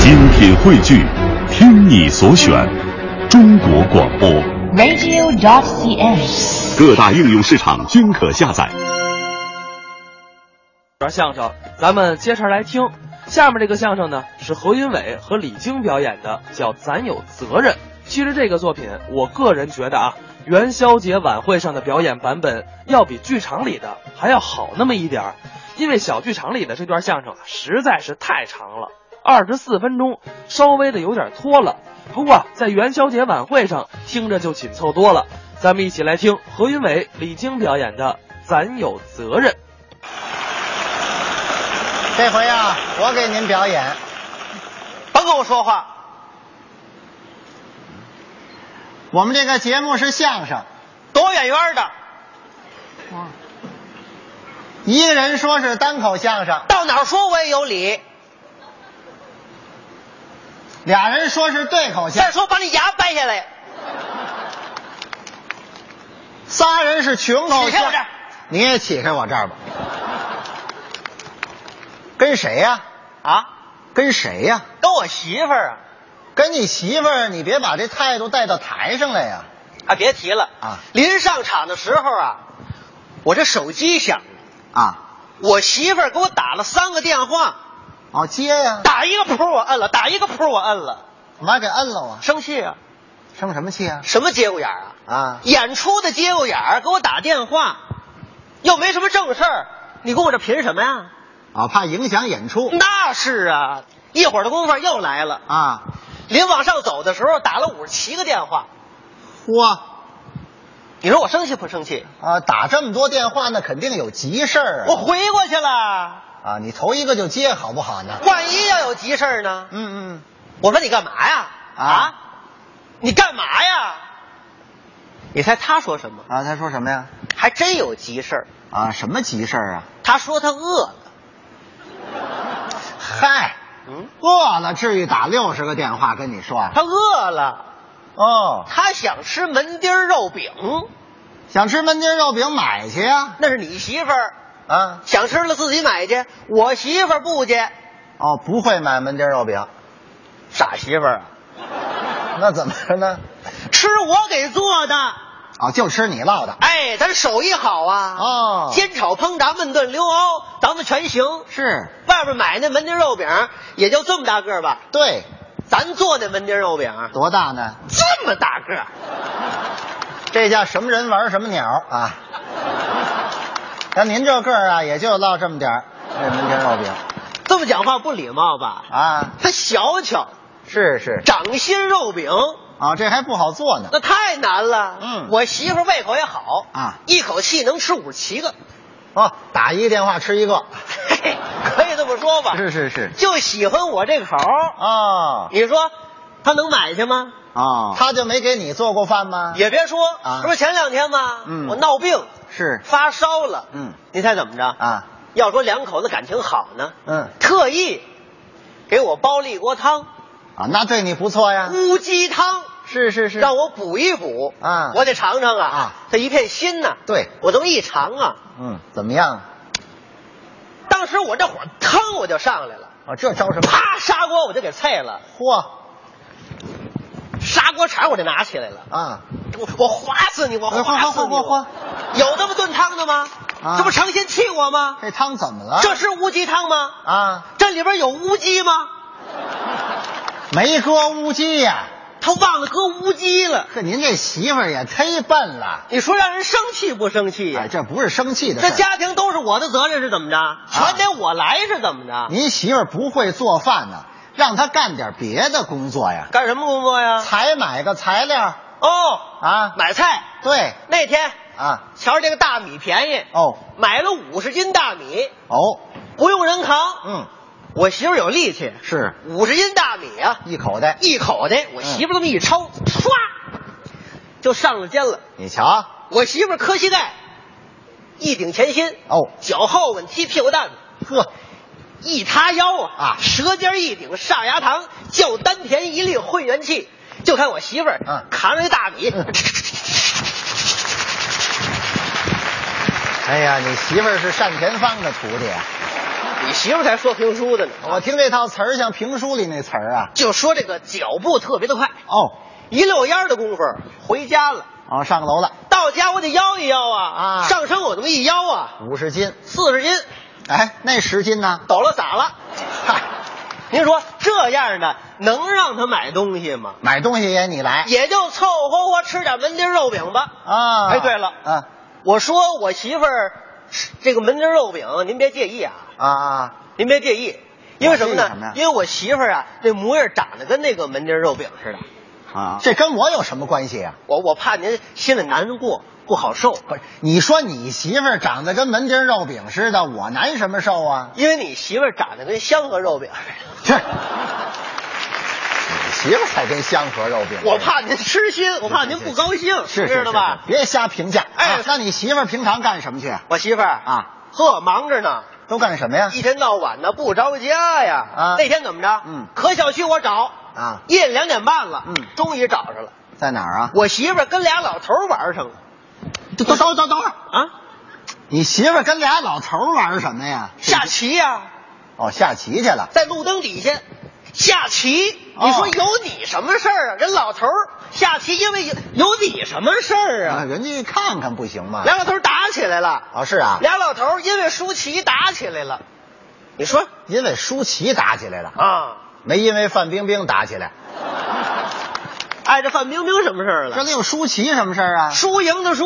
精品汇聚，听你所选，中国广播。 radio.cn。各大应用市场均可下载。说相声，咱们接茬来听。下面这个相声呢，是何云伟和李菁表演的，叫《咱有责任》。其实这个作品，我个人觉得啊，元宵节晚会上的表演版本要比剧场里的还要好那么一点儿，因为小剧场里的这段相声啊，实在是太长了，二十四分钟，稍微的有点拖了。不过在元宵节晚会上听着就紧凑多了。咱们一起来听何云伟、李菁表演的《咱有责任》。这回啊，我给您表演。甭跟我说话，我们这个节目是相声，躲远远的。一个人说是单口相声，到哪儿说我也有理。俩人说是对口相再声，说把你牙掰下来，仨人是群口起开相我这声儿。你也起开我这儿吧。跟谁呀、啊，跟谁呀、跟我媳妇儿啊，跟你媳妇儿，你别把这态度带到台上来呀、啊，别提了啊临上场的时候啊，我这手机响了，啊！我媳妇儿给我打了三个电话，哦，接呀、打一个扑我摁了，打一个扑我摁了，我妈给摁了我，生气啊？生什么气啊？什么节骨眼儿啊？啊，演出的节骨眼儿给我打电话，又没什么正事儿，你跟我这贫什么呀？啊，怕影响演出那是啊，一会儿的功夫又来了。啊。临往上走的时候打了五十七个电话，嚯你说我生气不生气？啊，打这么多电话，那肯定有急事儿啊。我回过去了，啊，你头一个就接好不好呢？万一要有急事儿呢？嗯嗯，我说你干嘛呀？啊你干嘛呀？你猜他说什么？啊，他说什么呀？还真有急事儿。啊，什么急事儿啊？他说他饿了。嗨，嗯，饿了至于打六十个电话跟你说啊？他饿了，哦，他想吃门钉儿肉饼，想吃门钉肉饼买去呀、那是你媳妇儿啊？啊，想吃了自己买去，我媳妇儿不去，哦，不会买门钉肉饼，傻媳妇儿啊，那怎么着呢？吃我给做的。哦，就吃你烙的。哎，咱手艺好啊！哦煎炒烹炸焖炖溜熬，咱们全行。是，外边买那门钉肉饼，也就这么大个儿吧。对，咱做那门钉肉饼，多大呢？这么大个儿，这叫什么人玩什么鸟啊？ 像您这个儿啊，也就烙这么点儿这门钉肉饼这么讲话不礼貌吧？啊。它小巧，是是，掌心肉饼，啊，这还不好做呢。那太难了。嗯我媳妇儿胃口也好啊一口气能吃五十七个，哦，打一个电话吃一个。 嘿嘿可以这么说吧？是是是。就喜欢我这口儿。哦你说，他能买去吗？哦，他就没给你做过饭吗？也别说啊这不是前两天吗？嗯我闹病是发烧了，嗯，您猜怎么着？啊，要说两口子感情好呢，嗯特意给我煲了一锅汤，啊，那对你不错呀。乌鸡汤，是是是，让我补一补啊我得尝尝啊啊，这一片心呐，对我这么一尝啊，嗯，怎么样？当时我这火腾我就上来了，啊，这招什么？啪，砂锅我就给碎了，嚯砂锅铲我就拿起来了，啊！我我划死你，我哎划死你，哗哗哗哗有这么炖汤的吗？啊这不成心气我吗？这汤怎么了？这是乌鸡汤吗？啊，这里边有乌鸡吗？没搁乌鸡呀、他忘了搁乌鸡了。呵，您这媳妇儿也忒笨了。你说让人生气不生气呀、哎，这不是生气的事啊这儿。啊家庭都是我的责任是怎么着？全得我来是怎么着？您媳妇儿不会做饭呢，让她干点别的工作呀，干什么工作呀？采买个材料哦，啊。买菜。对那天啊，瞧着这个大米便宜，哦买了五十斤大米，哦，不用人扛。嗯，我媳妇儿有力气，是五十斤大米啊，一口袋。一口袋，我媳妇儿这么一抄，唰、就上了肩了。你瞧，我媳妇儿磕膝盖，一顶前心，哦脚后跟踢屁股蛋子。呵，一塌腰啊啊舌尖一顶上牙膛，就丹田一粒混元气。就看我媳妇儿嗯扛着一大米，嗯哎呀，你媳妇儿是单田芳的徒弟啊， 你媳妇儿才说评书的呢。我听这套词儿像评书里那词儿啊。就说这个脚步特别的快，哦，一溜烟儿的功夫儿回家了。啊，上楼了，到家我得腰一腰啊啊上身我这么一腰啊，五十斤。四十斤，哎，那十斤呢？抖了洒了。嗨，您说这样的能让他买东西吗？买东西也你来也就凑合合吃点门钉肉饼吧。啊。哎对了啊我说我媳妇儿吃这个门钉肉饼，您别介意啊，啊啊，您别介意，因为什么我介意什么呀呢？因为我媳妇儿啊，那模样长得跟那个门钉肉饼似的，啊这跟我有什么关系啊？我我怕您心里难过，不好受。不是，你说你媳妇儿长得跟门钉肉饼似的，我难什么受啊？因为你媳妇儿长得跟香河肉饼 似这，你媳妇儿才跟香河肉饼似的，的。我怕您吃心，我怕您不高兴，是知道吧？是是别瞎评价。哎啊那你媳妇儿平常干什么去啊？我媳妇儿啊，呵，忙着呢，都干什么呀？一天到晚的不着家呀。啊那天怎么着？嗯可小区我找啊夜里两点半了，嗯终于找着了。在哪儿啊？我媳妇儿跟俩老头儿玩上了等等等等会儿，啊，你媳妇儿跟俩老头儿玩什么呀？下棋呀、哦，下棋去了。在路灯底下下棋。哦你说有你什么事儿啊？人老头儿下棋，因为有有你什么事儿啊，啊？人家看看不行吗？俩老头儿打起来了。哦，是啊， 俩老头儿因为输棋打起来了，你说因为输棋打起来了，啊，没因为范冰冰打起来。碍着范冰冰什么事儿这了？里有输棋什么事儿啊？输赢的输，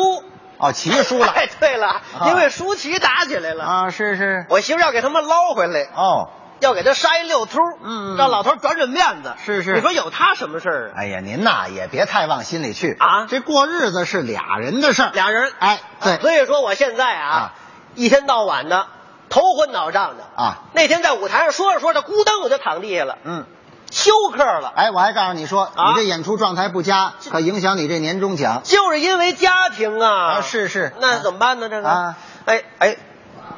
哦，棋 输 了哎，对了，因为输棋打起来了，啊，是是。我媳妇儿要给他们捞回来，哦，要给他杀一溜秃，嗯嗯让老头儿转转面子。是是你说有他什么事儿啊？哎呀，您呐也别太往心里去啊这过日子是俩人的事儿。 俩人，哎，对所以说我现在啊，啊一天到晚的头昏脑胀的。啊，那天在舞台上说着说着，咕噔我就躺地下了，嗯。休克了，哎，我还告诉你说，啊你这演出状态不佳，可影响你这年终奖。就是因为家庭啊。啊是是那怎么办呢？这个啊，哎哎，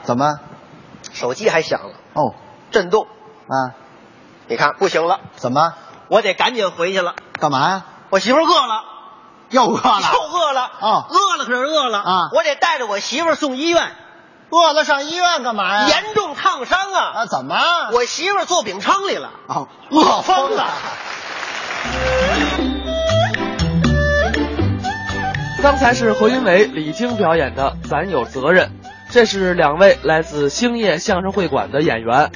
怎么？手机还响了，哦，震动。啊，你看不行了，怎么？我得赶紧回去了。啊干嘛呀？我媳妇儿饿了，又饿了，又饿了，哦饿了可是饿了啊我得带着我媳妇儿送医院，饿了上医院干嘛呀？严重烫伤啊！啊？怎么？我媳妇儿坐饼铛里了，哦，饿疯了。刚才是何云伟、李菁表演的《咱有责任》，这是两位来自兴业相声会馆的演员。